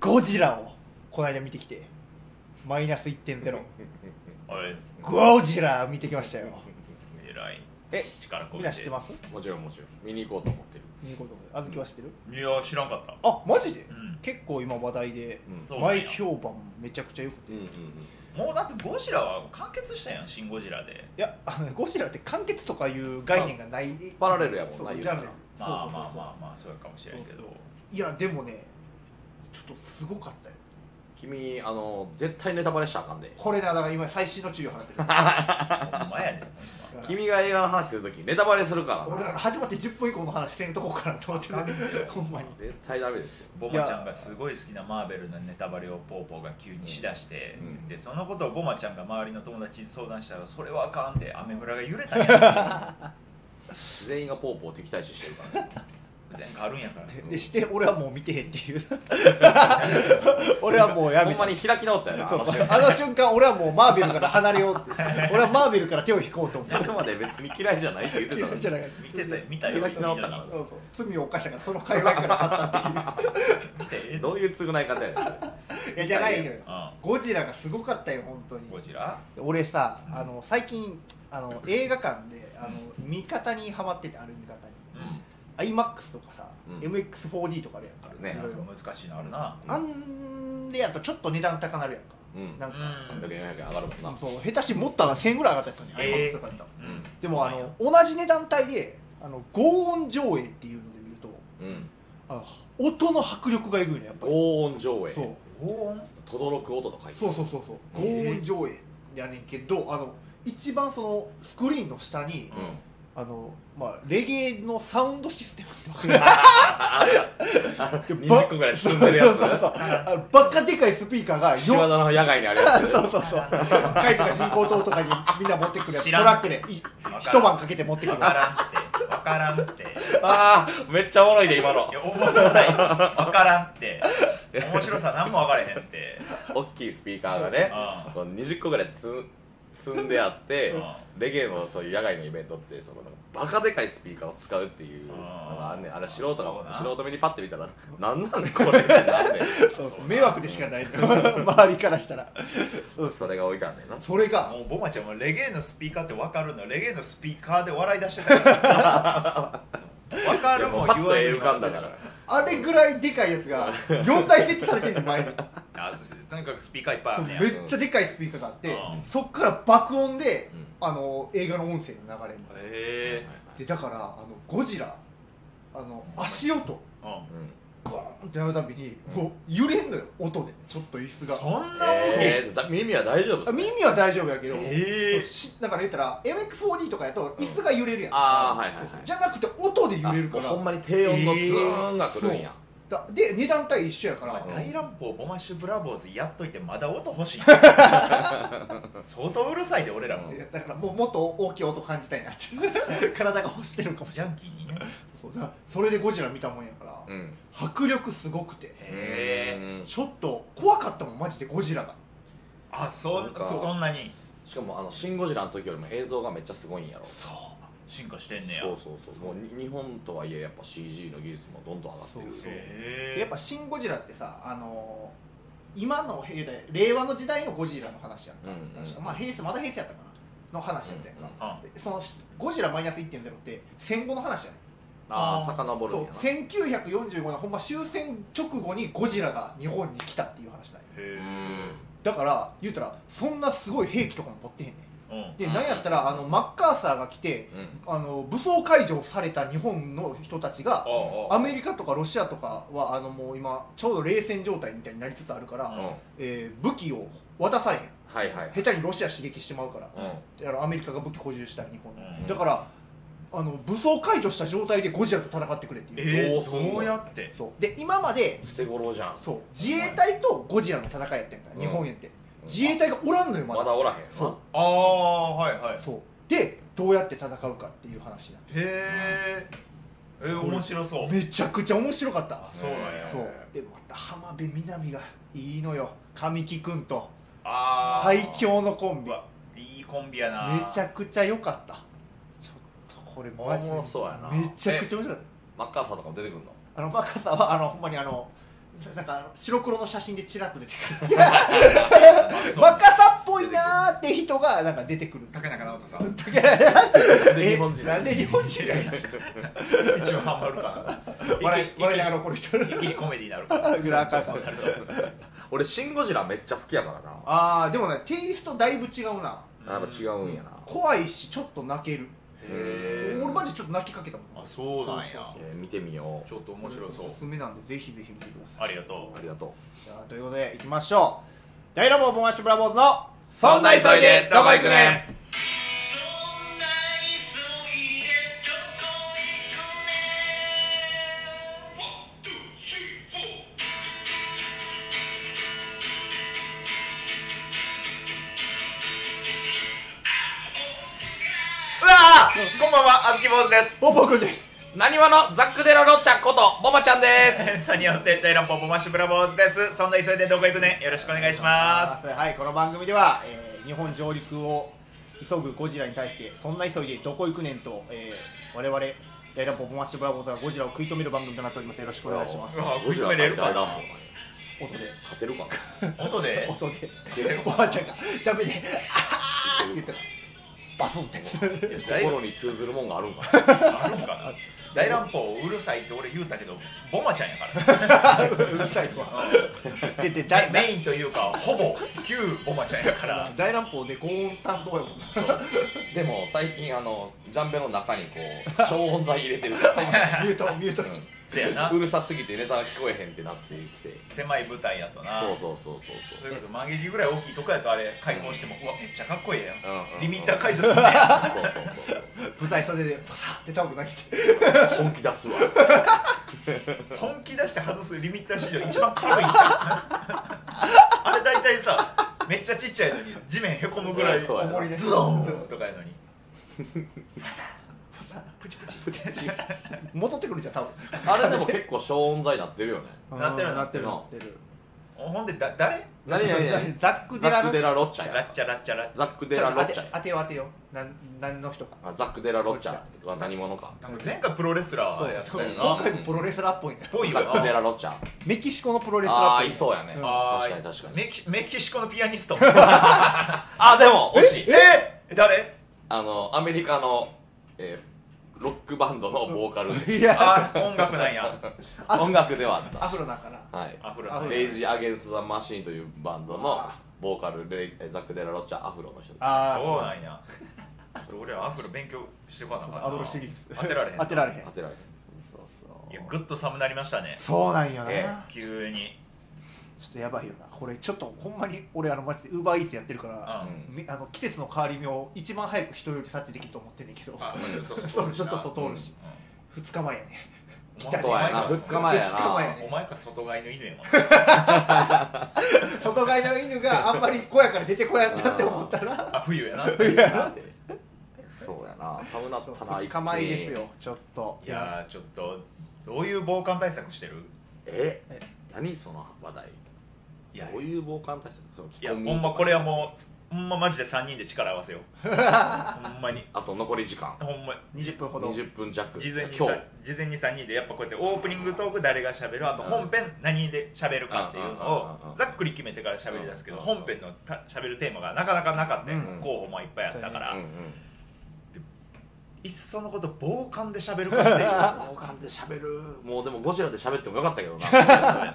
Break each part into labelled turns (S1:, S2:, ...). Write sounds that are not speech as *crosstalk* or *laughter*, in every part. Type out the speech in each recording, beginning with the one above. S1: ゴジラをこの間見てきてマイナス1.0
S2: あれ
S1: ゴジラ見てきましたよ
S2: 偉い
S1: え
S2: 力込
S1: み
S2: め
S1: んな知ってます
S3: もちろんもちろん見に行こうと思ってる
S1: 見ることあずきは知ってる、
S2: いや知らんかった
S1: あマジで、
S2: ん
S1: 結構今話題で、
S3: うん
S2: そうなん
S1: 前
S2: や
S1: 評判めちゃくちゃよくて
S3: うんうん
S2: もうだってゴジラは完結したやん新ゴジラで
S1: いやあのねゴジラって完結とかいう概念がない
S3: パラレルやもんな
S1: そう
S3: 言う
S1: ジ
S3: た
S1: ャ
S3: ら
S1: ンル
S2: まあ
S1: そうそうそう
S2: まあまあまあそうやかもしれんけど
S1: そういやでもねちょっとすごかったよ
S3: 君あの絶対ネタバレしたらあかんで
S1: これだだから今最新の注意を払ってる
S2: ほんまやね
S1: *laughs*
S3: 君が映画の話するときネタバレするから
S1: 俺だから
S3: な
S1: 始まって10分以降の話せんとこうかなと思ってねほんまに
S3: 絶対ダメですよ
S2: ボマちゃんがすごい好きなマーベルのネタバレをポーポーが急にしだして、
S3: うん
S2: でそのことをボマちゃんが周りの友達に相談したらそれはあかんってアメ村が揺れたんや
S3: 全員がポーポー敵対視してるからね
S2: 全然あるんやか
S1: *laughs*
S2: ら
S1: ででして俺はもう見てへんっていう俺はもうや
S3: ほ
S1: め
S3: ん
S1: た
S3: まに開き直ったよなあの瞬間
S1: あの瞬間俺はもうマーベルから離れようって俺はマーベルから手を引こうと思
S3: それ
S1: っ
S3: まで別に嫌いじゃないって言っててた
S1: 嫌
S3: の
S1: い
S3: に
S1: じゃなかっ
S2: 見てた見たよ
S3: 開き直ったから
S1: たそうそう罪を犯したからその界隈から買ったっていう
S2: 見た見て
S3: どういう償い方やねんそれ
S1: いやじゃないのよ、
S2: う
S1: ゴジラがすごかったよ本当に
S2: ゴジラ
S1: 俺さ、
S2: うん
S1: あの最近あの映画館であの見方にハマっててある見方
S2: う
S1: に、
S2: ん
S1: IMAX とかさ、
S3: うん
S1: MX4D とかあるやんか、
S3: ね
S1: い
S2: な
S1: ろ
S2: ん
S1: いろ
S2: か難しいのあるな
S1: あんでやっぱちょっと値段高なるやんか、
S3: うん
S1: なんか、
S2: うん
S3: 300円400円上がるもんな
S1: そう下手しもったら1000ぐらい上がったやつよね、IMAX
S2: えー
S1: とかやったら
S2: うん
S1: でもあの同じ値段帯であの合音上映っていうので見ると
S3: うん
S1: あの音の迫力がえぐいねやっぱり
S3: 高音上映
S1: そう
S2: 高音
S3: とどろく音と書いて
S1: そ
S3: る
S1: うそうそうそう
S2: へ
S1: 合
S2: え
S1: 音上映やねんけどあの一番そのスクリーンの下に、
S2: うん
S1: あのまあレゲエのサウンドシステムってわかる
S2: *laughs*
S3: うん20個ぐらい積んでるやつ
S1: あのバカでかいスピーカーがよ
S3: 岸和田の野外にあるやつ
S1: そうそうそうカイトが進行塔とかにみんな持ってくるやつト
S2: 知らん
S1: ラックでい
S2: らん
S1: 一晩かけて持ってく
S2: 分
S1: る
S2: か
S1: や
S2: らんって分からんって
S3: ああめっちゃおもろいで今の
S2: いや思わない分からんって面白さ何も分からへんって
S3: 大きいスピーカーがね
S2: うん
S3: こう20個ぐらいつ積んであって
S2: う
S3: レゲエのそういう野外のイベントってそのなんかバカでかいスピーカーを使うっていうのがあんねんあれ素人
S2: そう
S3: が
S2: な
S3: 素人目にパッて見たらなんなんこれってなんね
S1: つそうそう迷惑でしかない *laughs* の周りからしたら
S3: んそれが多いからねんな
S1: それが
S2: もうボマちゃんもレゲエのスピーカーって分かるのレゲエのスピーカーで笑い出してたから分かるもん
S3: パ
S2: 言
S3: ッ
S2: わ
S3: と
S2: ず
S3: 絵
S2: に
S3: 浮かんだから
S1: あれぐらいでかいやつが4台設置されてんの前に
S2: あとにかくスピーカーいっぱいあ
S1: そ
S2: る
S1: う
S2: ね
S1: めっちゃでかいスピーカーがあって
S2: うん
S1: そっから爆音で
S3: うん
S1: あの映画の音声が流れるの
S2: へえ
S1: でだからあのゴジラあの足音
S3: うん
S1: ゴーンってなるたびにこう揺れんのよ音でちょっと椅子が
S2: そんな
S3: えーだ耳は大丈夫
S1: あ耳は大丈夫やけど、
S2: えー
S1: しだから言ったら MX4D とかやと椅子が揺れるやん、
S3: ああはいはいは
S1: そう
S3: い
S1: そうじゃなくて音で揺れるから
S3: あほんまに低音のズーンがくるんや、
S1: だで値段帯一緒やから、
S3: うん
S2: 大乱暴ボマッシュブラボーズやっといてまだ音欲しい相当うるさいで俺らも
S1: いやだからもうもっと大きい音感じたいなって体が欲してるかもし
S2: ジ
S1: れ
S2: ャ
S1: ない
S2: ンキーにね
S1: そうだからそれでゴジラ見たもんやから、
S3: うん
S1: 迫力すごくて
S2: へえ
S3: うん
S1: ちょっと怖かったもんマジでゴジラが
S2: あそ
S3: なん
S2: ん
S3: か
S2: そんなに
S3: しかもあの「シン・ゴジラ」の時よりも映像がめっちゃすごいんやろ
S1: そ
S2: 進化してんねや
S3: そうそうそうもうに日本とはいえやっぱ CG の技術もどんどん上がってる
S1: そうそう
S2: へ
S1: う
S2: え
S1: やっぱ「シン・ゴジラ」ってさあのー今の平代令和の時代のゴジラの話やんか、
S3: うんうん
S1: 確かまあ平成まだ平成やったかなの話やったやんか、
S2: あ
S1: でそのしゴジラマイナス1.0って戦後の話やね
S3: ああ
S2: あー
S3: 遡る
S1: そ
S3: ん
S1: う
S3: やな
S1: 1945年ほんま終戦直後にゴジラが日本に来たっていう話だよ
S2: へえ
S1: だから言うたらそんなすごい兵器とかも持ってへんね
S2: うん
S1: んでなんやったらあのマッカーサーが来て
S3: うん
S1: あ
S3: うん
S1: の武装解除された日本の人たちがアメリカとかロシアとかはあのもう今ちょうど冷戦状態みたいになりつつあるから、
S2: うん
S3: うん
S1: えー武器を渡されへん
S3: はいはい
S1: 下手にロシア刺激してまうから
S3: うん
S1: あのアメリカが武器補充したら日本に、
S2: うん
S1: だからあの武装解除した状態でゴジラと戦ってくれっていう、
S2: え
S3: どう
S2: ー、
S3: すんの
S2: どうやって
S1: そうで今まで
S3: 捨て頃じゃん
S1: そう自衛隊とゴジラの戦いやってんから、
S3: うん
S1: 日本円って自衛隊がおらんのよまだ
S3: まだおらへんよな
S1: そう
S2: ああはいはい
S1: そうでどうやって戦うかっていう話になっ
S2: へーえー、面白そう
S1: てめちゃくちゃ面白かった
S2: あそうなんや
S3: えー
S1: そうでまた浜辺美波がいいのよ神木君と
S2: ああ
S1: 最強のコンビ
S2: う
S1: め
S2: わいいコンビやな
S1: ちゃくちゃ良かったちょっとこれマジで
S3: おもろそうやな
S1: めちゃくちゃ面白かっ
S3: マッカーサーとかも出てくんの
S1: たあのマカサはあのほんまにあのなんか白黒の写真でちらっと出てくる
S2: そう
S1: 若さっぽいなーって人がなんか出てくる
S2: 竹中直人さん
S3: で日本人
S1: えなんで日本人がいいんですか
S2: 一応ハマるかな
S1: 笑 *laughs* い笑いながら
S2: ら
S1: 怒る人
S2: 一気にコメディになるから
S1: グラーカーさん
S2: なるほど
S3: 俺シン・ゴジラめっちゃ好きやからな
S1: ああでもねテイストだいぶ違うな
S3: あやっぱ違うんやな
S1: 怖いしちょっと泣ける
S2: へ
S1: *laughs*
S2: ー
S1: 俺マジちょっと泣きかけたもん
S2: あそうなんや
S3: えー見てみよ
S2: ちょっと面白そう
S1: おすすめなんでぜひぜひ見てください
S2: ありがと
S3: うありがとう
S1: じゃあということでいきましょう大ラボボンアッシュブラボーズの
S2: う
S3: そんな急いでどこ行くねうわーこんばんはあずき坊主です
S1: ボンボン君です
S3: なにわのザックデラロッチャことボマちゃんです
S2: サニーハウスで大乱歩ボマッシュブラボーズですそんな急いでどこ行くねよろしくお願いします
S1: はいこの番組では、えー日本上陸を急ぐゴジラに対してそんな急いでどこ行くねんと、えー、我々大ラボボンアッシュブラボーズがゴジラを食い止める番組となっておりますよろしくお願いします
S2: うわ食い止めれるかな
S3: 勝
S1: 音で
S3: てるか
S2: *laughs*
S3: な
S2: 音で
S1: 音でおばあちゃんがジャンプで「あーって言ったらバスンって
S3: *laughs*
S2: だいぶ
S3: 心に通ずるもんがあるんかな
S2: あるんかな大乱歩うるさいって俺言うたけどボマちゃんやから
S3: *laughs*
S1: うるさいわでで大
S2: メインというかほぼ旧ボマちゃんやから
S1: 大乱暴でゴーン担当やもんな
S3: でも最近あのジャンベの中にこう消音剤入れてるから
S1: ミュートミュート
S2: せやな
S3: うるさすぎてネタが聞こえへんってなってきて
S2: 狭い舞台やとな
S3: そうそうそうそう
S2: そ
S3: そう
S2: れこそ間切りぐらい大きいとこやとあれ開放してもうわめっちゃかっこいいやん
S3: うんうんうん
S2: リミッター解除するね
S3: *laughs*
S2: や
S3: そうそうそうそう
S1: 舞台袖でパサってタオル投げて
S3: 本気出すわ
S2: 本気出して外すリミッター史上一番軽いあれ大体さめっちゃちっちゃいのに地面へこむぐらい
S3: そうやな
S1: 重りで
S2: ズドンとかやのにパサパサプチプチプチ
S1: 戻ってくるじゃんタオル
S3: あれでも結構消音剤なってるよね
S2: なってる
S1: なってる
S3: な
S1: な
S3: っ
S1: ってる
S2: *laughs* ほんでだ誰
S3: 何々々
S1: ザック
S3: ザ
S1: デラ
S3: ック
S1: ロ
S3: デラロッチャ
S2: ラ
S3: や
S2: ッチャラッチャラッチ
S3: ザックデラロッ
S1: ち
S3: チ
S1: ょっ
S3: ャ
S1: と当て
S3: や
S1: よう当てようなん何の人か
S3: あザックデラロッチャは何者か
S2: ャ前回プロレスラ
S1: そう
S2: ーやったよ
S1: 今
S2: な
S1: 回もプロレスラーっぽいね
S2: ぽい
S3: ザ
S2: よ
S3: ックデ
S2: な
S3: ラロッチャ
S1: メキシコのプロレスラーっ
S3: あ
S1: ぽ
S3: あ
S1: い
S3: いそうやね確
S2: あー
S3: かに確かに
S2: メキメキシコのピア
S1: *laughs*
S2: ニスト
S3: あでも惜しい
S1: え
S2: え誰
S3: あのアメリカのえーロックバンドのボーカルです
S1: いや
S2: あー音楽なんや
S3: 音楽では
S1: ア
S3: あっ
S1: フロだから
S3: たはい
S2: アフロ
S1: アフロ
S3: レイジ・アゲンス・ザ・マシーンというバンドの
S1: あ
S3: ボーカルレイザック・デラ・ロッチャアフロの人です
S1: あ
S2: そうなんやちょっと俺はアフロ勉強してこなかったな
S1: アドロシリーズ
S2: 当てられへん
S1: 当てられへん
S3: 当てられて
S1: そうそう
S2: いやグッと寒なりましたね
S1: そうなんよな、
S3: え
S2: 急に
S1: ちょっとやばいよなこれちょっとほんまに俺あのマジでウーバーイーツやってるから、
S3: う
S1: みあの季節の変わり目を一番早く人より察知できると思ってんねんけど
S2: あずっと
S1: そ
S2: 外お
S1: う
S2: るし
S1: ちょっ
S2: な
S1: と外おるし、二日前やね
S2: お
S1: た
S2: 前
S1: ね
S3: そうやな2日前やな
S1: 二日前やね
S2: お前か外買いの犬やもん
S1: 外側の犬があんまり小屋から出てこやんなって思ったら
S2: あ冬やな
S3: そうやな寒なったな
S1: 二日前ですよちょっと
S2: いやーちょっとどういう防寒対策してる
S3: え
S1: え
S3: 何その話題
S2: いや
S3: どういう防寒対策その
S2: い
S3: 着
S2: や
S3: 込
S2: ほ
S3: み
S2: んまこれはもうほんまマジで3人で力合わせよ
S1: *laughs*
S2: うほんまに
S3: あと残り時間
S2: ほんま
S1: 20分ほど
S3: 20分弱
S2: 事前に
S3: 今
S2: さ
S3: 日
S2: 事前に3人でやっぱこうやってオープニングトーク誰が喋るあと本編何で喋るかっていうの
S3: うんうんうんう
S2: を
S3: ん
S2: ざっくり決めてから喋り出すけど
S3: うん
S2: 本編のた喋るテーマがなかなかなかったよ
S1: うん
S2: 候補もいっぱいあったから
S3: うんうん
S2: いっそのこと防寒で喋るかっていう
S3: *laughs* 防寒で喋るもうでもゴジラで喋ってもよかったけどな
S2: *laughs* そうや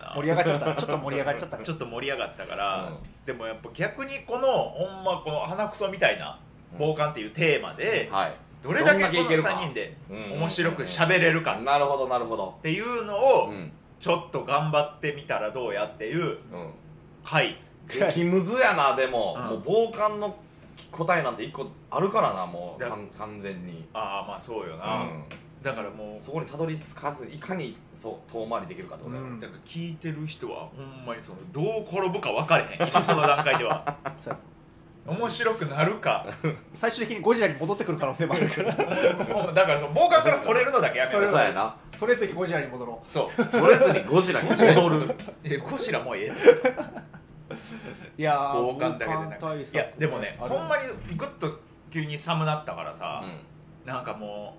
S2: な
S1: 盛り上がっちゃったちょっと盛り上がっちゃった
S2: ちょっと盛り上がったから、
S3: うん
S2: でもやっぱ逆にこのほんまこの鼻くそみたいな防寒っていうテーマで、
S3: はい
S2: どれだけこ
S3: どん
S2: の
S3: いけるか
S2: 3人で
S3: うん
S2: 面白く喋れるかっ
S3: なるほどなるほど
S2: ていうの
S3: う
S2: を *laughs*
S3: ん
S2: ちょっと頑張ってみたらどうやっていう
S3: うん
S2: 回
S3: 激ムズやなでも、
S2: うん
S3: もう防寒の答えなんて一個あるからなもう
S2: だ
S3: かん完全に、
S2: ああまあそうよ
S3: う
S2: な、
S3: ん、
S2: だからもう
S3: そこにたどり着かずいかにそう遠回りできるかってことだよ、
S1: うん
S2: だから聞いてる人はほんまにそのどう転ぶか分かれへん今その段階では
S1: そうや
S2: 面白くなるか
S1: 最終的にゴジラに戻ってくる可能性もあるから
S2: *laughs* もうだからその防寒からそれるのだけやめ
S1: それ
S2: ろ
S1: る
S3: そうやな
S1: それ次ゴジラに戻ろ
S2: そう
S3: それずにゴジラに
S2: *laughs*
S3: 戻る
S2: えコシラもうええ
S1: ういやー
S2: 防寒だけでなんか
S1: 防寒対
S2: い
S1: 策
S2: やでもね
S1: あ
S2: ほんまにグッと急に寒なったからさ、なんかも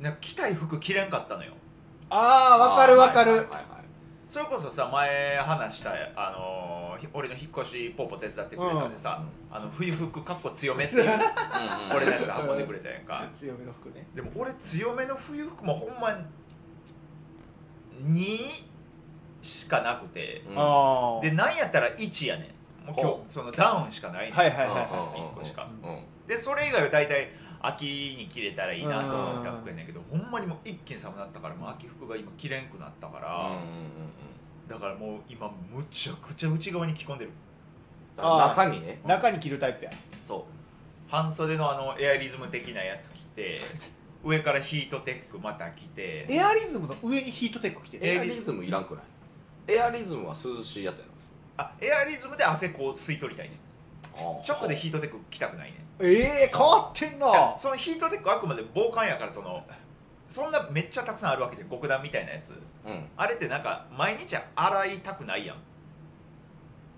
S2: うなんか着たい服着れんかったのよ
S1: ああわかるわか
S3: はい
S1: る
S3: はいはいはい
S2: それこそさ前話した、あのーひ俺の引っ越しポーポ手伝ってくれたんでさ、あの冬服かっこ強めっていう俺のやつ運んでくれたやんか
S1: 強めの服ね
S2: でも俺強めの冬服もほんまに2しかなくて、
S3: うん
S1: ああ
S2: でなんやったら1やねんもう今
S3: ほ
S2: 日そのダウンしかないねん、
S1: はいはいはい
S3: はい
S2: 1個しか
S3: うん
S2: でそれ以外は大体秋に着れたらいいなと思った服やねんけどほんまにもう一気に寒なったからもう秋服が今着れんくなったから、
S3: うんうんうん
S2: だからもう今むちゃくちゃ内側に着込んでる
S1: あー
S3: 中にね
S1: 中に着るタイプや
S2: そう半袖のあのエアリズム的なやつ着 *laughs* て上からヒートテックまた着て
S1: エアリズムの上にヒートテック着てる
S3: エアリズムいらんくないエアリズムは涼しいやつや
S2: あエアリズムで汗こう吸い取りたいね
S3: ろ
S2: 直でヒートテック着たくないね
S1: ええ変わってんない
S2: やそのヒートテックあくまで防寒やからそのそんなめっちゃたくさんあるわけじゃん極暖みたいなやつ
S3: うん
S2: あれってなんか毎日洗いたくないやん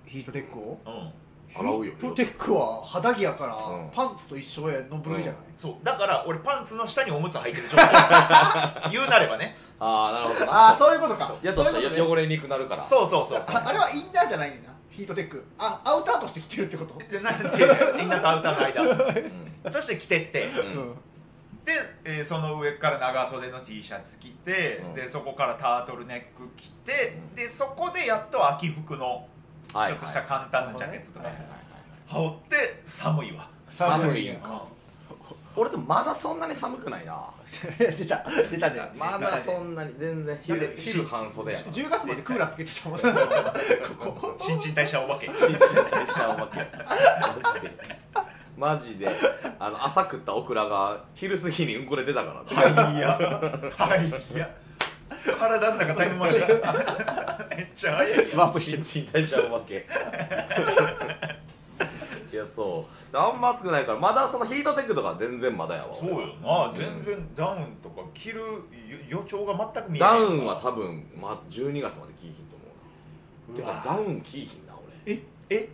S1: ヒートテックを
S2: うん
S3: 洗うよ
S1: ヒートテックは肌着やから、
S3: うん
S1: パンツと一緒やの部類じゃない、
S2: そうだから俺パンツの下におむつ履いてる状 *laughs* 態言うなればね
S3: ああなるほどな
S1: ああそういうことか
S3: やっとした
S1: そういう
S3: ら
S1: こ
S3: よ
S1: ね
S3: 汚れにくなるから
S2: そうそうそうそう
S1: ああれはインナーじゃないねんなヒートテックあアウターとして着てるってこと
S2: でなんでみんなとアウターの間
S3: うん
S2: そして着てって
S3: う
S1: うんん
S2: で、えーその上から長袖の T シャツ着て、
S3: うん
S2: でそこからタートルネック着て、
S3: うん
S2: でそこでやっと秋服のちょ
S3: はい
S2: っとした簡単なジャケットとか
S1: はいはい
S2: 羽織って寒いわ
S3: 寒いん
S1: ん
S3: か俺でもまだそんなに寒くないな
S1: *laughs* 出た出たね
S3: まだそんなに全然昼
S1: だって
S3: 昼半袖や
S1: 10月までクーラーつけてたもんここ
S2: 新陳代謝お
S3: *laughs*
S2: 化け
S3: マジであの朝食ったオクラが昼過ぎにうんこれ出たからね
S2: はいやはいや体の中タイムマシン *laughs* めっちゃ早い
S1: ワープして
S3: 新陳代謝おまけいやそうあんま暑くないからまだそのヒートテックとかは全然まだやわ
S2: そうよな全然ダウンとか着る予予兆が全く見えない
S3: ダウンは多分、ま、12月まで着いひんと思うなてかダウン着いひんな俺
S1: ええ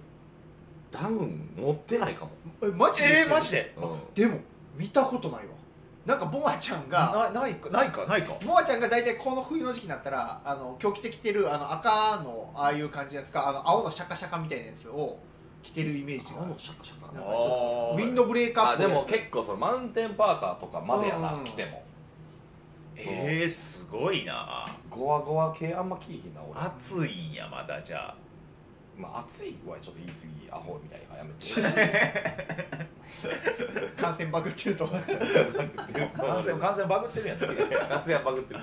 S3: ダウン持ってないかも、
S1: えマジで
S2: えー、マジで
S3: うん
S1: でも見たことないわなんかボアちゃんが
S2: なないかないかないか
S1: ボアちゃんが大体この冬の時期になったらあの今日着てきてるあの赤のああいう感じのやつかあの青のシャカシャカみたいなやつを着てるイメージが
S3: あのシャカシャカ
S1: な
S3: なん
S1: か
S3: んか
S1: ちょっとウィンドブレーカー
S3: あ
S1: っぽいや
S3: で
S1: つ *laughs*
S3: も結構そのマウンテンパーカーとかまでやな
S1: うん
S3: 着ても
S2: えー、すごいな
S3: ゴワゴワ系あんま着いひんな俺
S2: 暑いんやまだじゃあ
S3: まあ暑いはちょっと言い過ぎアホみたいな
S1: *laughs*
S3: やめ
S1: 感染バグってると
S3: て
S2: 感染感染バグってるやん
S3: *laughs* 夏やバグってる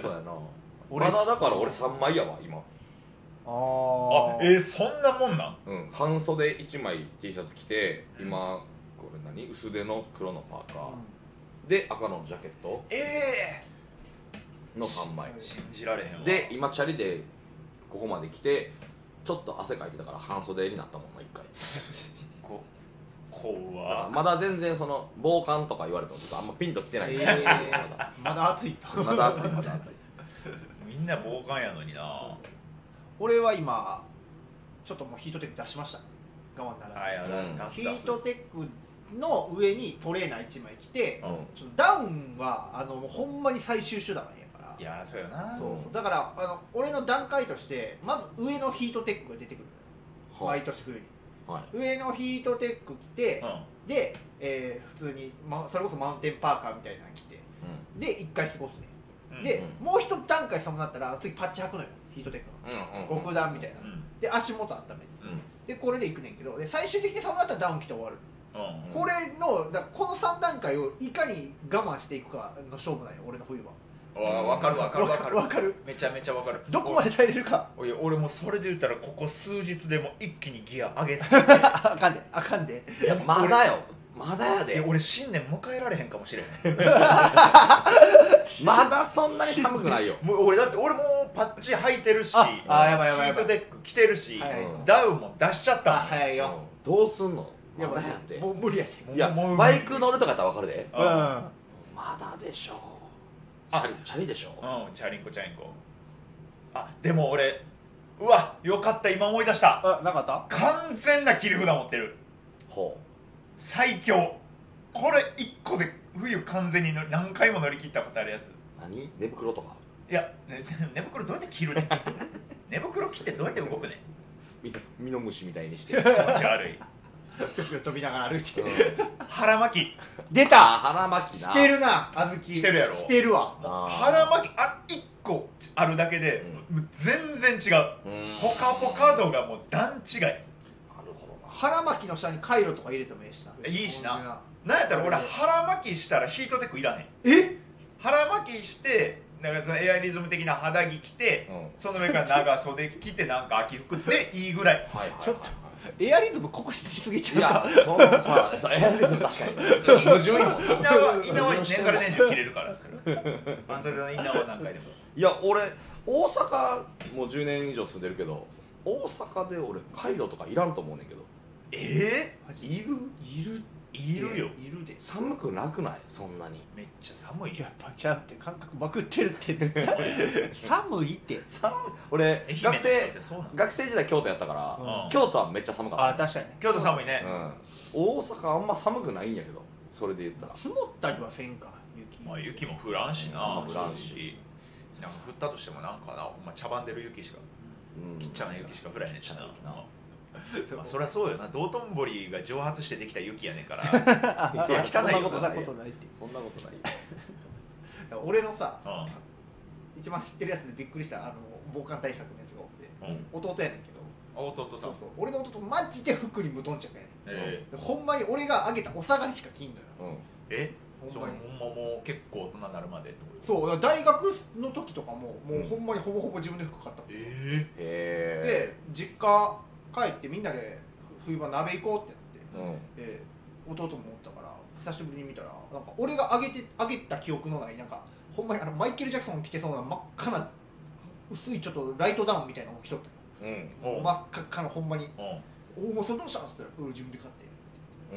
S3: そうやな
S1: 俺
S3: 俺まだだから俺3枚やわ今
S1: あ
S2: あえー、そんなもんなん
S3: うん半袖1枚 T シャツ着て今これ何薄手の黒のパーカー、で赤のジャケット
S2: ええ
S3: の3枚
S2: 信じられへんわ
S3: で今チャリでここまで来てちょっと汗かいてたから半袖になったもんな1回
S2: こ
S3: だから
S2: 怖
S3: まだ全然その防寒とか言われてもちょっとあんまピンときてないんで、
S1: えまだ暑いと
S3: *laughs* まだまだ暑いまだ *laughs* 暑い
S2: みんな防寒やのになは
S1: *laughs* 俺は今ちょっともうヒートテック出しましたね我慢ならず、
S2: いあ
S3: うん
S2: 出す
S1: ヒ
S2: 出
S1: ー
S2: す
S1: トテックの上にトレーナー1枚着て、
S2: うん
S1: ちょっとダウンはあのもうほんまに最終手段やから
S2: いやーそうやな
S3: そう
S1: そうだからあの俺の段階としてまず上のヒートテックが出てくるのよ
S3: はい
S1: 毎年冬に
S3: はい
S1: 上のヒートテック着て、
S2: うん
S1: で、えー普通に、ま、それこそマウンテンパーカーみたいなの着てで1回過ごすね、
S2: うん
S1: で、もう一段階寒くなったら次パッチ履くのよヒートテックの
S3: うんうんうん
S1: 極暖みたいな
S2: うん
S1: で足元温めて
S3: うん
S1: でこれでいくねんけどで最終的に寒くなったらダウン着て終わる
S2: うん
S1: これのだこの3段階をいかに我慢していくかの勝負なんよ俺の冬は
S2: わわかるわかるわかる
S1: わかる
S2: めちゃめちゃわかる
S1: どこまで耐えれるか
S2: おいや俺もそれで言ったらここ数日でもう一気にギア上げすぎ *laughs* て
S1: あかんであかんで
S3: いやまだよまだや
S2: いや
S3: で
S2: 俺新年迎えられへんかもしれへん
S3: まだそんなに寒くないよ
S2: もう俺だって俺もパッチ履いてるし
S1: ああやばいやばいやばい
S2: ヒートテック着てるし、
S1: はい
S2: ダウンも出しちゃっ
S1: あ
S2: たい
S1: 早いよ
S3: どうすんのま
S1: やば
S3: だ
S1: い
S3: やって
S1: もう無理やで
S3: いやバイク乗るとかやったらわかるで
S1: う
S2: うんん
S3: まだでしょチ
S2: あ
S3: ャリチャリでしょ
S2: うんチャリンコチャリンコあでも俺うわよかった今思い出した
S1: あなかった
S2: 完全な切り札持ってる
S3: ほ
S2: 最強これ一個で冬完全に乗り何回も乗り切ったことあるやつ
S3: う何寝袋とか
S2: いや、ね寝袋どうやって
S1: *laughs*
S2: 着るねん寝袋着てどうやって動くねん
S3: みミノムシみたいにして、
S2: 気持ち悪い
S1: ぴょぴょ飛びながら歩いて、
S2: 腹巻き
S1: 出
S3: あ
S1: た
S3: 腹巻きな
S1: してるな小豆
S2: してるやろ
S1: してるわ
S3: あー
S2: 腹巻きあ一個あるだけで、もう全然違う
S3: うん
S2: ポカポカ度がもう段違い
S3: なるほどな
S1: 腹巻きの下にカイロとか入れてもいいしない
S2: いしななんやったら俺腹巻きしたらヒートテックいらへん
S1: え
S2: 腹巻きしてなんかそのエアリズム的な肌着着て、
S3: うん
S2: その上から長袖着てなんか秋服で *laughs* いいぐらい
S3: はいはいはい
S1: ちょっエアリズム酷使しすぎち
S3: い
S1: ゃ
S3: や
S1: うか
S3: そのささエアリズム確かにちょっと矛盾いも
S2: イ
S3: ん
S2: ンナーはインナーは年から年中着れるからそ *laughs* れ半袖のインナーは何回でも
S3: いや俺大阪もう10年以上住んでるけど大阪で俺カイロとかいらんと思うねんけど
S2: え
S3: いるいる
S2: えいるよ
S1: いるで
S3: 寒くなくないそんなに
S2: めっちゃ寒いよ
S1: やっぱちゃうって感覚まくってるって
S2: *laughs*
S1: 寒いって
S3: 寒い俺
S2: 愛媛の
S3: 学
S2: 人って
S3: 生
S2: そうなの
S3: 学生時代京都やったから、
S2: うん
S3: 京都はめっちゃ寒か
S1: あ
S3: っ
S1: 確かにね
S2: 京都寒いね
S3: た、うん、大阪あんま寒くないんやけどそれで言ったら
S1: 積もったりはせんか雪
S2: まあ雪も降らんしな、
S3: まあ降らんし
S2: なんか降ったとしてもなんかな、まあ、茶番でる雪しか
S3: うん
S2: ちっちゃな雪しか降らへんしな
S3: ちっちゃな
S2: *laughs* まあそりゃそうよな道頓堀が蒸発してできた雪やねんから
S1: *laughs* あ
S3: いや
S1: そんなこと
S3: そん
S1: な
S3: ないこと
S1: って
S3: そんなことないよ
S1: 俺のさ
S2: う
S1: 一番知ってるやつでびっくりしたあの防寒対策のやつがおって
S2: ん、うん、
S1: 弟やねんけど
S2: あ弟さ
S1: そ
S2: ん
S1: うそう俺の弟マジで服に無頓着やね
S2: え
S1: んほんまに俺があげたお下がりしか着んのよ
S3: うん
S2: ー、えそ
S1: ほ
S2: うんほ
S1: ま
S2: ん
S1: に
S2: まもう結構大人になるまでってこと
S1: そうだから大学の時とかもも
S3: う
S1: うんほんまにほぼほぼ自分で服買ったもん
S2: え
S3: へ
S1: で実家帰ってみんなで冬場鍋行こうって
S3: え
S1: なって、で弟もおったから久しぶりに見たらなんか俺があげてあげた記憶のないなんかほんまにあのマイケル・ジャクソン着てそうな真っ赤な薄いちょっとライトダウンみたいなのを着とった
S3: うんうん
S2: お
S1: よ
S2: う
S1: 真っ赤っかのほんまに
S2: う
S1: 「
S2: ん
S1: おおそれどうしたん?」っつったら「うん自分で買って」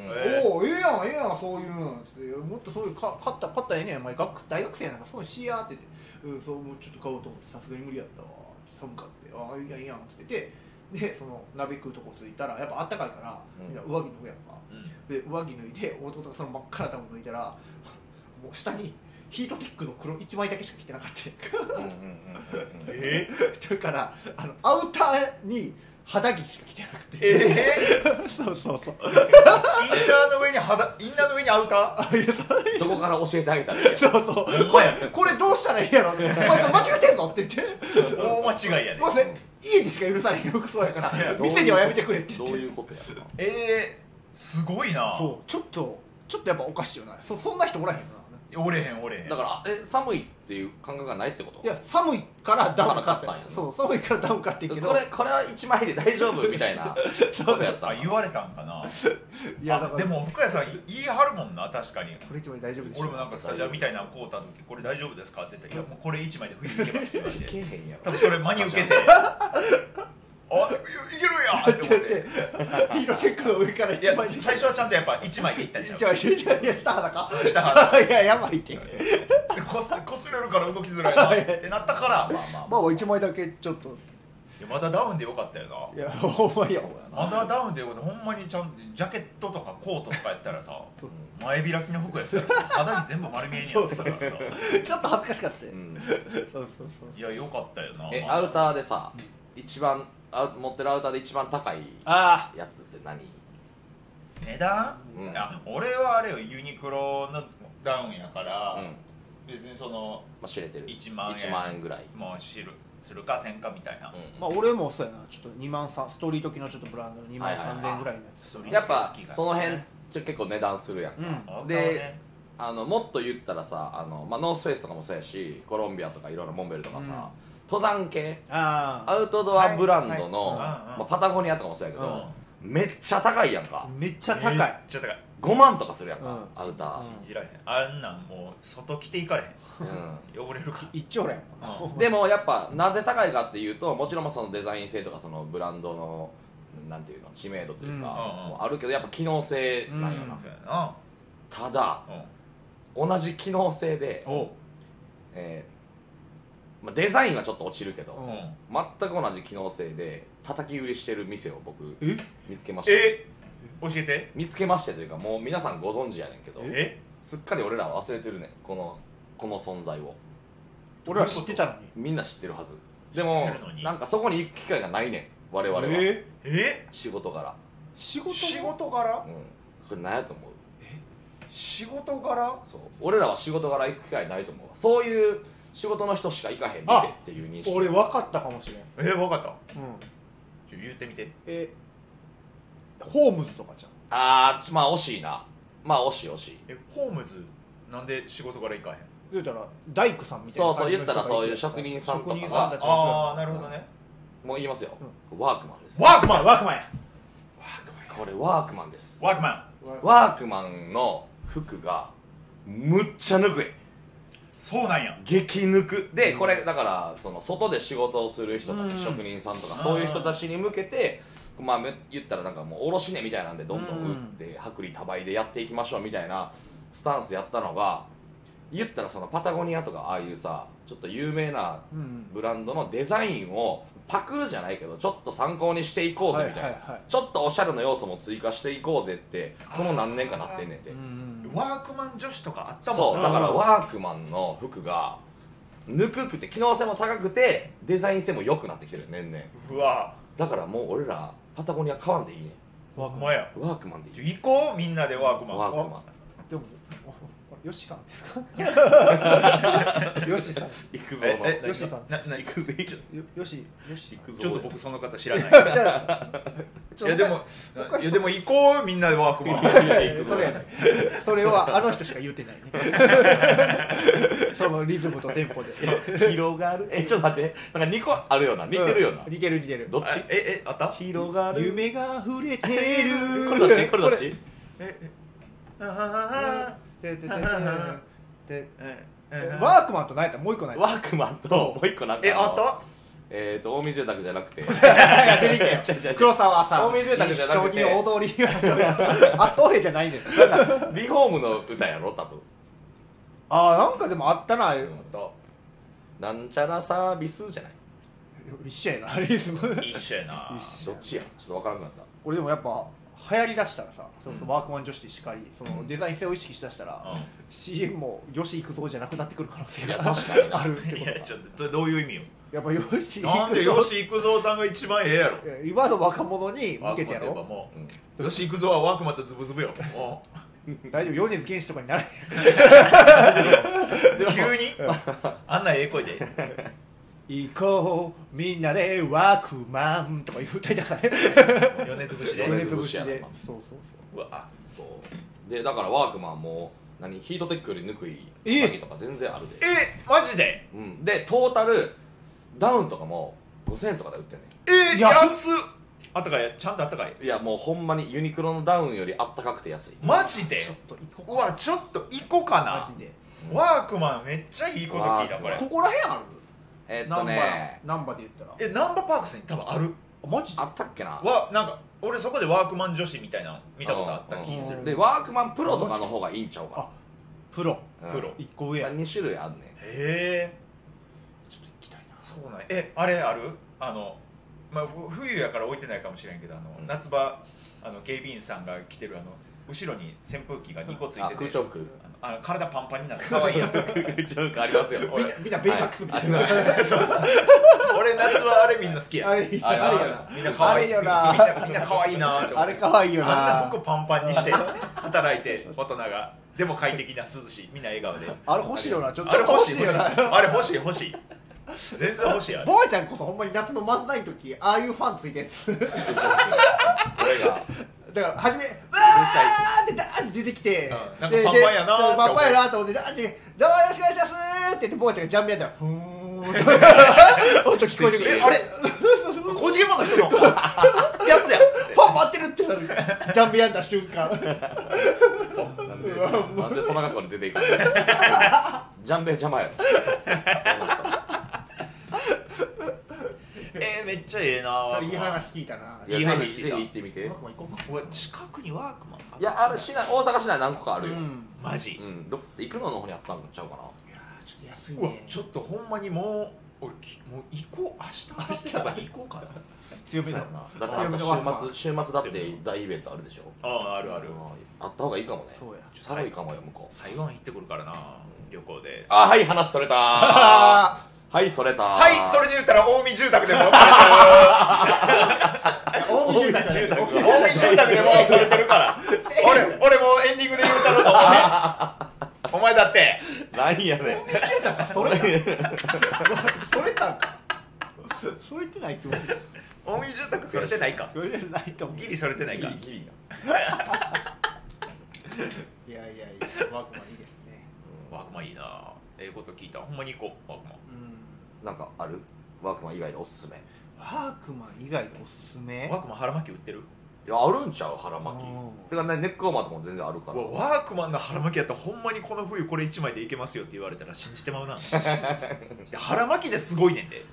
S3: うん
S2: えー
S1: おおええやんええやんそういうのつってもっとそういうか買った買ったらええねんお前学大学生やなんかそういうしやって言ってうんそうもうちょっと買おうと思ってさすがに無理やったわ寒かってああいいやんいいやんっつってででその鍋食うとこ着いたらやっぱあったかいから、
S3: うん
S1: みんな上着脱ぐやんか
S2: うん
S1: で上着脱いで弟がその真っ赤なタオル脱いだら *laughs* もう下にヒートテックの黒1枚だけしか着てなかった
S3: うんうんうんうん
S2: え
S1: *laughs* だからあのアウターに肌着しか着てなく
S2: え
S1: て、
S2: え
S1: そうそうそう
S2: インナーの上に肌インナーの上にアウター
S3: どこから教えてあげたらいいや
S1: *laughs* そうそうこれこれどうしたらいいやろってお前さん間違ってんぞって言って
S2: 大間違いやね
S1: もうそれ家でしか許されへん服装やから店ではやめてくれって
S3: ど
S1: 言
S3: う
S1: って
S3: いうことやろな
S2: えー、すごいな
S1: そうちょっとちょっとやっぱおかしいよなそそんな人おらへんよな
S2: 折れへん折れへん
S3: だからあえ寒いっていう感覚がないってこと
S1: いや寒いからダウン買っ
S3: だから買った
S1: た
S3: んやな
S1: そう寒いからダウン買ってんけど
S3: これこれは1枚で大丈夫みたいなことやった
S2: あ
S3: ら
S2: 言われたんかない
S1: やだから
S2: でも福谷さんい言い張るもんな確かに
S1: これ一枚大丈夫でしょ
S2: 俺もなんかスタジャンみたいなの買うた時これ大丈夫ですかって言ったら「いやもうこれ1枚で冬いけます」って言われ *laughs* て
S3: へんや
S2: 多分それ真に *laughs* 受けて「あいいけるやん!」って
S1: って
S2: 思
S1: やっ
S2: って
S1: て色チェックの上から
S2: い
S1: 一
S2: や
S1: 枚
S2: 最初はちゃんとやっぱ1枚でいったんちゃう
S1: 一枚いやいや下肌か
S2: 下肌
S1: いややばいって
S2: でこすこすれるから動きづらいなってなったからまあまあ
S1: まあ一枚だけちょっと
S2: いやまだダウンでよかったよない
S1: やほんまよ
S2: まだダウンでよかったほんまにちゃんとジャケットとかコートとかやったらさ前開きの服やったらさ肌に全部丸見えになってたからさ
S1: ちょっと恥ずかしかったよ
S3: うん
S1: そうそうそう
S2: いやよかったよな
S3: え
S2: まあ
S3: アウターでさ一番あ持ってるアウターで一番高い
S1: あ
S3: やつって何
S2: 値段、
S3: うん
S2: あ俺はあれよユニクロのダウンやか
S3: うん
S2: ら
S3: ま、
S2: 別にその
S3: あ、知れてる
S2: 1万円
S3: 1万円ぐらい、
S2: もう知るするかせんかみたいな、
S3: うん
S1: まあ俺もそうやなちょっと2万3ストリート機のちょっとブランドの2万
S3: はいはいはい
S1: 3000円ぐらいのやつ
S2: それ
S3: やっぱ
S2: 好きが
S3: その辺ちょ結構値段するやんか、
S1: うん
S2: あ
S3: で
S2: 買うね
S3: あのもっと言ったらさあの、まあ、ノースフェイスとかもそうやしコロンビアとかいろいろモンベルとかさ、
S1: うん
S3: 登山系
S1: あ
S3: アウトドアブランドの、
S2: はいはいうん
S3: まあ、パタゴニアとかもそうやけど、めっちゃ高いやんか
S1: あめっちゃ高い
S2: めっちゃ高い
S3: 5万とかするやん
S1: う
S3: か、
S1: ん
S3: アウター、
S2: 信じられへんあんなんもう外着ていかれへ
S3: うん
S2: ん汚れるから
S1: 一丁らやもんな
S2: うん
S3: でもやっぱなぜ高いかっていうともちろんそのデザイン性とかそのブランドのなんていうの知名度というか、
S2: うん
S3: もうあるけどやっぱ機能性なんよな、
S1: うん
S2: そうやな
S3: ただ
S2: うん
S3: 同じ機能性で、
S1: お
S3: えーまあ、デザインはちょっと落ちるけど、
S1: うん
S2: うん
S3: 全く同じ機能性で叩き売りしてる店を僕
S1: え
S3: 見つけまして
S2: え教えて
S3: 見つけましてというかもう皆さんご存知やねんけど
S2: え
S3: すっかり俺らは忘れてるねんこのこの存在を
S1: 俺は知ってたのに
S3: みんな知ってるはず
S2: 知って
S3: で
S2: る
S3: も
S2: のに
S3: なんかそこに行く機会がないねん我々は、
S1: え
S2: え
S3: 仕事から
S1: 仕事
S2: 仕事柄
S3: うんこれ何やと思う
S2: 仕事柄
S3: そう俺らは仕事から行く機会ないと思うわそういう仕事の人しか行かへん店っていう認識
S1: 俺分かったかもしれん、
S2: え分かった
S1: うん、
S2: ちょ言ってみて
S1: えホームズとかじゃん
S3: ああまあ惜しいなまあ惜しい惜しい
S2: えホームズなんで仕事柄行かへん
S1: 言うたら大工さんみたい
S3: そ
S1: な
S3: うそう
S1: 感じの
S3: 言っ
S1: 人
S3: た
S1: が
S3: らそういう
S1: る
S3: 職人さんとか
S1: 職人さんた
S3: は
S1: ち
S2: ああなるほどね
S3: もう言いますよ、ワークマンです
S1: ワークマンワークマンや
S3: これワークマンです
S2: ワークマン
S3: ワークマンの服がむっちゃぬくい
S2: そうなんや
S3: 激抜くでこれだからその外で仕事をする人たち、
S1: うん
S3: 職人さんとか
S2: あー
S3: そういう人たちに向けてまあめ言ったらなんかもう卸値みたいなんでどんどん打って薄利多売でやっていきましょうみたいなスタンスやったのが言ったらそのパタゴニアとかああいうさちょっと有名な
S1: うん
S3: ブランドのデザインをパクるじゃないけどちょっと参考にしていこうぜみたいな、
S1: はいはいはい
S3: ちょっとおしゃれの要素も追加していこうぜってこの何年かなってんねんて、
S1: うんうん
S2: ワークマン女子とかあったもん
S3: そう
S2: な
S3: だからワークマンの服がぬくくて機能性も高くてデザイン性も良くなってきてるよ年々
S2: うわ
S3: だからもう俺らパタゴニア買わんでいいね
S2: ワークマンや
S3: ワークマンでいい
S2: 行こうみんなでワークマン
S3: ワークマン
S1: でもおヨッシーさんですかヨッシーさん
S3: 行くぞ
S2: ええ
S1: ヨッシーさん
S2: なな行くちょ
S1: よヨッシーヨッシーさん
S2: ちょっと
S3: *laughs*
S2: 僕その方知らない
S1: 知らない
S2: いやでもいやでも行こうみんなでワークマン
S1: それやないそれはあの人しか言ってないねそのリズムとテンポで
S3: 広がるえちょっと待ってなんか2個あるような似てるような、
S1: うん似てる似てる
S3: どっち
S2: あええあった
S3: 広がる
S1: 夢が溢れてる *laughs*
S3: これどっちこれどっち
S2: あ
S1: ててててて
S2: ー
S1: ワークマンと何やったもう一個ない
S3: ワークマンともう一個なんか
S2: え
S3: の
S2: あった
S3: えっ、ー、と近江住宅じゃなくて
S1: *laughs* ち黒沢さん
S3: 近江住宅じゃなくて
S1: 一緒に踊りましょうやあと俺じゃないねん
S3: リフォームの歌やろ多分
S1: あーなんかでもあったな
S3: なんちゃらサービスじゃない
S1: 一緒やなリズム
S2: 一緒やな
S1: 一緒
S3: どっちやちょっと分からなくなった
S1: 俺でもやっぱ流行りだしたらさそれこ
S3: う
S1: そ
S3: ん
S1: ワークマン女子しかりそのデザイン性を意識しだしたら、
S2: うん
S1: CM も「よし行くぞ」じゃなくなってくる可能性
S3: いや
S1: が
S3: 確かにな
S1: あるってこ
S2: い
S1: と
S2: や
S1: か
S2: ちょっとそれどういう意味よ
S1: やっぱ「よし
S2: な
S1: 行
S2: んで
S1: くぞ
S2: 吉幾三さんが一番ええやろ」
S1: 今の若者に向
S2: ワー
S1: け
S2: ク
S1: て
S2: マン
S1: や
S2: といえば
S1: ろ
S2: も
S3: うん
S2: う吉幾三はワークマンとズブズブよも
S1: 大丈夫米津玄師とかにならない
S2: う急にあんなええ声で
S1: *laughs* 行こうみんなでワークマンとか言うたりだからね
S2: 米津節で
S1: 米
S3: 米
S1: 津節
S3: 津節
S1: で
S3: やな
S1: そうそうそう
S2: うわ
S3: そうでだからワークマンも何ヒートテックよりぬくい
S1: え
S3: 鍵とか全然あるで、
S2: えマジで
S3: うん、でトータルダウンとかも5000円とかで売ってんね
S2: え
S1: いや
S2: 安っあったかいちゃんとあったかい
S3: んいやもうほんまにユニクロのダウンよりあったかくて安い
S2: マジで
S1: ちょっと行
S2: う
S1: こ
S2: わちょっと行こうか
S1: う
S2: な
S1: マジで
S2: ワークマンめっちゃいいこと聞いたこれ
S3: ワーク
S1: ここら辺ある
S3: えっ
S1: 難
S3: と
S1: 波
S3: ね
S1: 難波で言ったら
S2: えナンバーパークスに多分ある
S1: あマジで
S3: あったっけな
S2: わなんか俺そこでワークマン女子みたいなの見たことあった気す
S1: う
S2: る
S1: ん
S3: でワークマンプロとかの方がいいんちゃうか
S1: プロ
S3: な、
S2: プロ
S1: 一個上や
S3: 2種類あんねん
S2: へえ
S1: ちょっと行きたいな
S2: そうなんやえあれあるあの、まあ、ふ冬やから置いてないかもしれんけどあの、
S3: うん
S2: 夏場あの警備員さんが着てるあの後ろに扇風機が2個つい
S3: あ
S2: てて
S3: 空調服
S2: あのあの体パン *laughs* パンになって可愛いやつ
S3: 空調服ありま
S1: *laughs*
S3: すよ
S1: みんなみんなベイマックスみたいな、
S3: はいあります
S2: 俺夏はあれみんな好きや
S1: あれ
S3: あれ
S1: あれやな
S2: みんな可愛い
S1: あれよな
S2: みんなみんな可愛いなって思
S1: あ
S2: って
S1: れ可愛いよ
S2: あん
S1: な
S2: な服パンパンにして働いて大人がでも快適な涼しいみんな笑顔で
S1: あれ欲しいよなちょっ
S2: あ
S1: と
S2: れ欲しい
S1: よな
S2: あれ欲しい欲しい全然欲しいあれ
S1: ボアちゃんこそほんまに夏の漫才の時ああいうファンついてる
S3: 俺が
S1: だから初めわーってダーって出てきて、
S2: うんなんか
S1: で
S2: パンパンやなーって思う
S1: でパンパンやなーと思ってダーって「どうもよろしくお願いします」って言ってボアちゃんがジャンベやったら「ふーん」
S2: *laughs*
S1: 音聞こえてくる
S2: えあれ工事現場の人のや
S1: *laughs*
S2: つや
S1: ファン待ってるってなるジャンベやんだ瞬間
S3: なんで *laughs* なんでその格好で出てい *laughs* くのジャンベ邪 *laughs* 魔やろ
S2: えーめっちゃええな
S1: それいい話聞いたない
S3: や
S2: いい
S3: ぜ
S2: 話
S3: ひ
S2: 聞い
S3: ぜひ
S2: た
S3: 行ってみて
S1: ワークマン行こうか
S2: うわ近くにワークマン
S3: いやある市内大阪市内何個かあ
S1: う
S3: るようん、
S1: ん
S2: マジ
S3: ど行くのの方にあったんちゃうか
S1: いやーちょっと安いう
S2: わ
S1: ね
S2: ちょっとほんまにもう俺きもう行こう明日明後日やば行こうかな
S1: 強め
S3: な
S1: だ
S3: そうやなだって
S1: 強めのワークマ
S3: あ
S1: ン
S3: と週末週末だって大イベントあるでしょ
S2: あああるある
S3: うんあった方がいいかもね
S1: そうや
S3: 寒いかもよ向こ
S2: 台湾行ってくるからな
S3: う
S2: 旅行で
S3: あはい話それた
S1: あ
S3: はいそれた
S2: はいそれで言ったら近江住宅でもうそれ
S1: あ大見住宅
S2: てる近江住宅でもうそれてるから *laughs* 俺俺もエンディングで言うたろうと思 *laughs* うねお前だって
S3: なんやねん
S1: それそれたんかそれってないつもり
S2: 近江住宅それてないか
S1: それじゃないと思う
S2: ギリそれてないか
S3: ギリギリ
S1: いやいやいやワークマンいいですね
S2: ワークマンいいなええこと聞いたほんまに行こうワークマン
S1: うん
S3: ななんかあるワークマン以外でおすすめい
S1: ワークマン以外でおすすめ
S2: ワークマン腹巻き売ってる
S3: やあるんちゃう腹巻
S1: う
S3: き
S1: ん
S3: てかねネックウォーマーとかも全然あるか
S2: う
S3: ら
S2: わワークマンの腹巻きやったらほんまにこの冬これ1枚でいけますよって言われたら信じてま *laughs* うないや腹巻きですごいねんで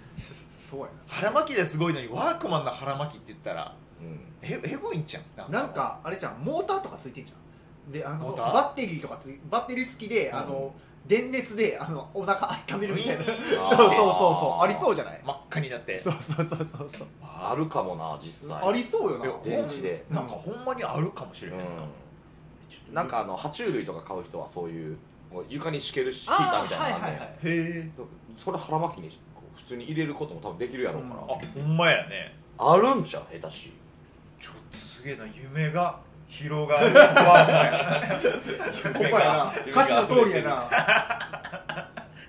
S1: そうや
S2: 腹巻きですごいのにワークマンの腹巻きって言ったら
S3: うん
S2: ええごいんじゃん
S1: ななんかあれじゃんモーターとかついてんじゃんであの
S2: モーター
S1: バッテリーとかついバッテリー付きで、あの電熱であのお腹温めるみたいな *laughs* そうそうそうそうありそうじゃない
S2: 真っ赤になって
S1: そうそうそうそうそう
S3: あるかもな実際
S1: ありそうよな
S2: え
S3: 電池で
S2: なんかほんまにあるかもしれないな、
S3: う
S1: ちょっと
S3: んなんかあの爬虫類とか買う人はそういうこう床に敷けるシーターみたいなのあんねん
S1: あーはいはいはい
S2: へえ
S3: それ腹巻きにこう普通に入れることも多分できるやろう
S2: あ
S3: か
S2: ほんまやね
S3: ら、あるんちゃう下手し
S2: ちょっとすげえな夢が広が
S1: *laughs*
S2: るワークマンやな
S1: ここやな
S3: 夢が
S1: 歌詞の通りや
S3: *laughs*
S1: な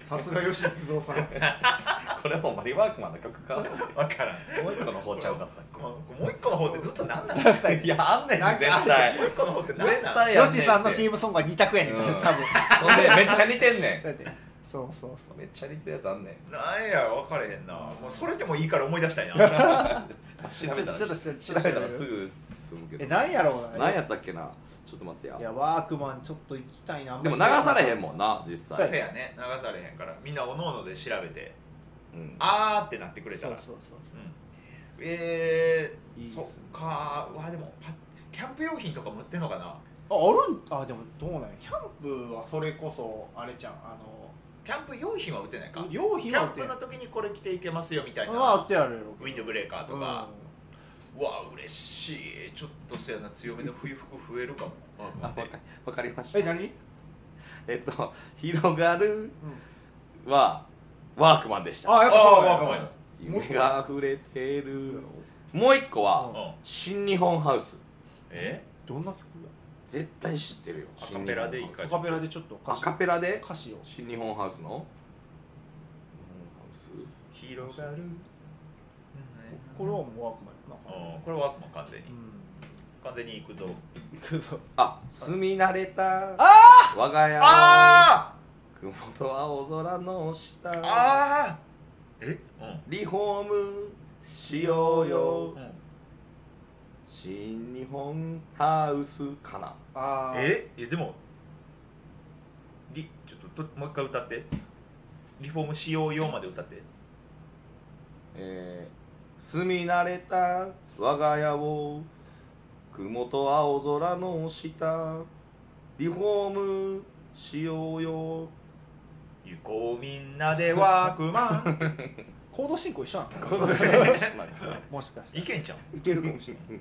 S1: さすが吉幾三さん
S3: *laughs* これはほんまにワークマンの曲かも
S2: 分
S1: *laughs*
S2: からん
S3: う一個の方ちゃうかった
S2: まあもう一個の方ってずっと何なんだ
S3: っ *laughs* けいやあんねん
S1: なんか
S3: 絶対
S2: もう一個の方って何なん
S3: 絶対やんねん
S1: 吉さんの CM ソングは2択やねん、
S3: うん
S1: 多分そう
S3: ほんでめっちゃ似てんね
S1: やってそうそうそ
S3: んめっちゃ似てるやつあんねん
S2: なんや分かれへんなもうそれでもいいから思い出したいな
S3: 調べたら
S1: ちょっと
S3: 調
S1: 調
S3: べ
S1: べ
S3: たらすぐすぐ
S1: う
S3: け
S1: え
S3: ど
S1: なんやろうな
S3: 何やったっけなちょっと待って
S1: い
S3: や
S1: やワークマンちょっと行きたいな
S3: でも流されへ
S1: ん
S3: んもんな実
S1: そう
S2: せ
S3: 際
S2: やね流されへんからみんなおのおので調べて
S3: うん
S2: あーってなってくれた
S1: そう
S2: ら
S1: そうそう
S2: うんえー
S1: いいです
S2: そ
S1: ね
S2: っかうわでもパキャンプ用品とかも売ってんのかな
S1: そうああるんあでもどうなんやキャンプはそれこそあれじゃんあ
S2: キャンプ用品は売ってないか
S1: の用
S2: キ
S1: 品は
S2: ャ
S1: 売
S2: ン
S1: って
S2: プ
S1: る
S2: の時にこれ着ていけますよみたいな
S1: まあ売ってあるやろ
S2: ウィンドブレーカーとか、
S1: う
S2: うわ嬉しいちょっとせやな強めの冬服増えるかも
S3: あわかわかりまし
S1: んえ
S3: た
S1: 何、うん、
S3: えっと「広がる」はワークマンでした
S1: あやっぱそうだよ
S2: あーワークマン
S3: 夢が溢れてるもう一個
S1: うん
S3: は
S2: うん
S3: 新日本ハウス
S2: え
S1: どんな曲
S3: 絶対知ってるよ
S2: アカペラでいいか
S1: アカペラでちょっと
S3: ア
S1: 歌詞
S3: カペラで
S1: 歌詞を
S3: 新日本ハウスの
S2: 広がる
S1: これはもうワークマンやな
S2: うんこれはもう完全に
S1: う
S2: 完全に行くぞ
S1: ん行くぞ
S3: あ住み慣れた我が家の
S2: あ
S3: 雲と青空の
S2: あ
S3: 下
S2: ああえうん
S3: リフォームしようよ
S2: うん
S3: 新日本ハウスかな
S1: あー
S2: えいやでもリちょっとともう一回歌ってリフォームしようよまで歌って
S3: えー住み慣れた我が家を雲と青空の下リフォームしようよ
S2: 行こうみんなでワークマ
S1: *laughs*
S2: ン
S1: 行動進行一緒なの
S3: この話なんか
S1: もしかして
S2: いけ
S1: *laughs*
S2: んちゃん
S1: いけるかもしれない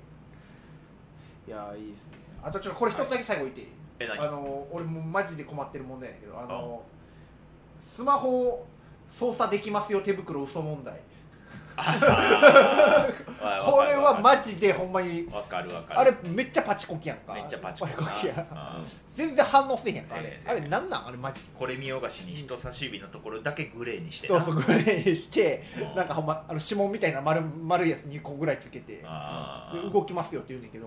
S1: いやーいいですねあとちょっとこれ一つだけ最後言っていい、
S2: え
S1: あ
S2: 何
S1: の俺もうマジで困ってる問題やけどあのスマホを操作できますよ手袋嘘問題これはマジでほんまに
S2: わかるわかる
S1: あれめっちゃパチコキやんか
S2: めっちゃパチコン
S1: パキやん
S2: なうん
S1: 全然反応せえへんかあ
S2: せえへ
S1: れ
S2: んせえ
S1: あ
S2: へん
S1: れなんなんあれマジで
S2: これ見よがしに人差し指のところだけグレーにして
S1: そう
S2: な
S1: そうこれして
S2: うん
S1: なんかほんまあの指紋みたいな丸丸いやつ2個ぐらいつけて
S2: あ
S1: で
S2: ー
S1: 動きますよって言うねんだけど、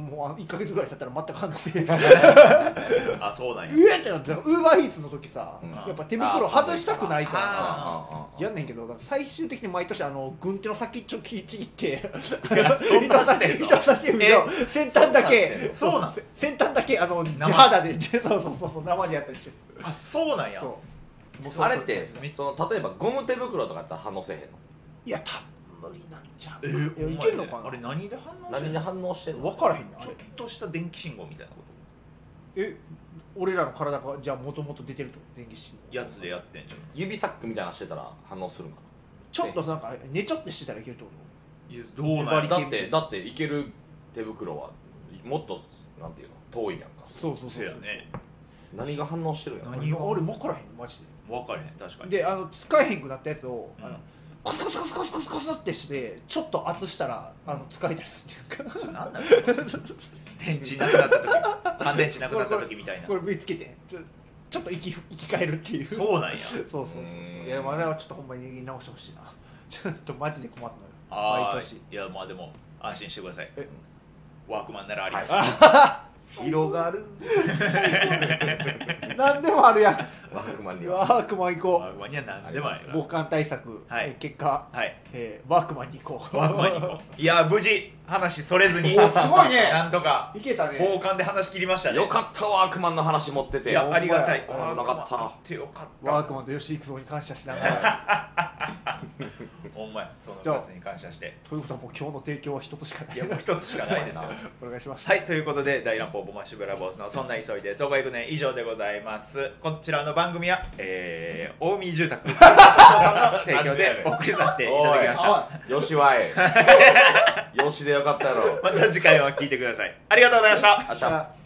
S1: もうあ1か月ぐらい経ったら全く反応せえへん
S2: あそうなんや
S1: うえってなってウーバーイーツの時さ、
S3: うん
S1: やっぱ手袋外したくないから
S2: あ
S1: さ
S3: あ
S1: やんねんけどだから最終的に毎年あの軍手の先っちょ切りちぎって
S2: そんなんしてんの
S1: *laughs* 人差し指の先端だけ
S2: そうなんしてん
S1: 先端だけあの地肌で *laughs* そうそうそうそう生でやったりして
S2: あそうなんや
S1: そうもうそう
S3: あれってその例えばゴム手袋とかやったら反応せえへんの
S1: いやた無理なんちゃうい
S2: え
S1: やいけんのか
S2: お前あれ
S1: な
S2: 何で反応して
S3: 何
S2: ん
S3: に
S2: の
S3: 反応してんの
S1: 分からへんなあ
S2: ちょっ
S1: れ
S2: とした電気信号みたいなこ
S1: え俺らの体がじゃあもともと出てると電気信
S2: と
S1: 号
S2: やつでやってんじゃん
S3: 指サックみたいなのしてたら反応するんか
S1: ちょっとなんか寝ちょってしてたらいけるってこ
S2: いやどうな
S1: バ
S2: ん
S1: リ
S2: や
S3: なだってだっていける手袋はもっとなんていうの遠いやんか
S1: とそうそうそ
S2: そううやね
S3: 何が反応してるんやろ
S2: 何が
S1: 俺分からへんマジ
S2: 分かれへん確か
S1: で
S2: に
S1: であの使えへんくなったやつを、あ
S2: う
S1: の
S2: ん
S1: コツコツコツコツコツコツってしてちょっと圧したらあの使えたりするっていうか
S2: それ何なんだろう電池なくなった時乾電池なくなった時みたいな
S1: これ V つけてちょちょっと息ふ息変えるっていう
S2: そうなん
S1: *laughs*
S2: や
S1: そうそうそう
S3: うーん
S1: いやでもあれはちょっとほんまに直してほしいな *laughs* ちょっとマジで困るのよ
S2: あ
S1: 毎
S2: あ
S1: 年
S2: いやまあでも安心してください
S1: え
S2: ワークマンならあります、
S3: 広がる
S1: 何でもある
S2: *laughs*
S1: や
S3: ワークマン
S1: ん
S3: に
S1: ワ
S3: は
S1: ークマン行こ
S2: ワークマンには何でもあり
S1: う
S2: ま
S1: 防
S2: す
S1: 寒対策、
S2: はい
S1: えー結果、
S2: はい
S1: えーワークマンに行こう
S2: ワークマンに行こういや無事話それずに
S1: おすごいね
S2: なんとか
S1: いけたね
S2: 傍観で話し切りましたね
S3: よかったワークマンの話持ってて
S2: いやありがたい
S1: お
S3: 前
S2: ワークマン
S3: なかった
S2: あってよかった
S1: ワークマンと吉幾三に感謝しながら
S2: ほんまやその
S1: じゃあ
S2: 2つに感謝して
S1: ということはもう今日の提供は一つしかない
S2: いやもう一つしかないです *laughs* よ
S1: お願いします
S2: はいということで大乱暴ボマッシュブラボーズの「そんな急いで東海行くね」以上でございますこちらの番組は、えー、大見住 *laughs* 宅さんの提供でお送りさせていただきました
S3: よし
S2: *laughs*
S3: わいよしでよかったやろ
S2: また次回は聞いてくださいありがとうございました
S3: あっしゃ
S1: あ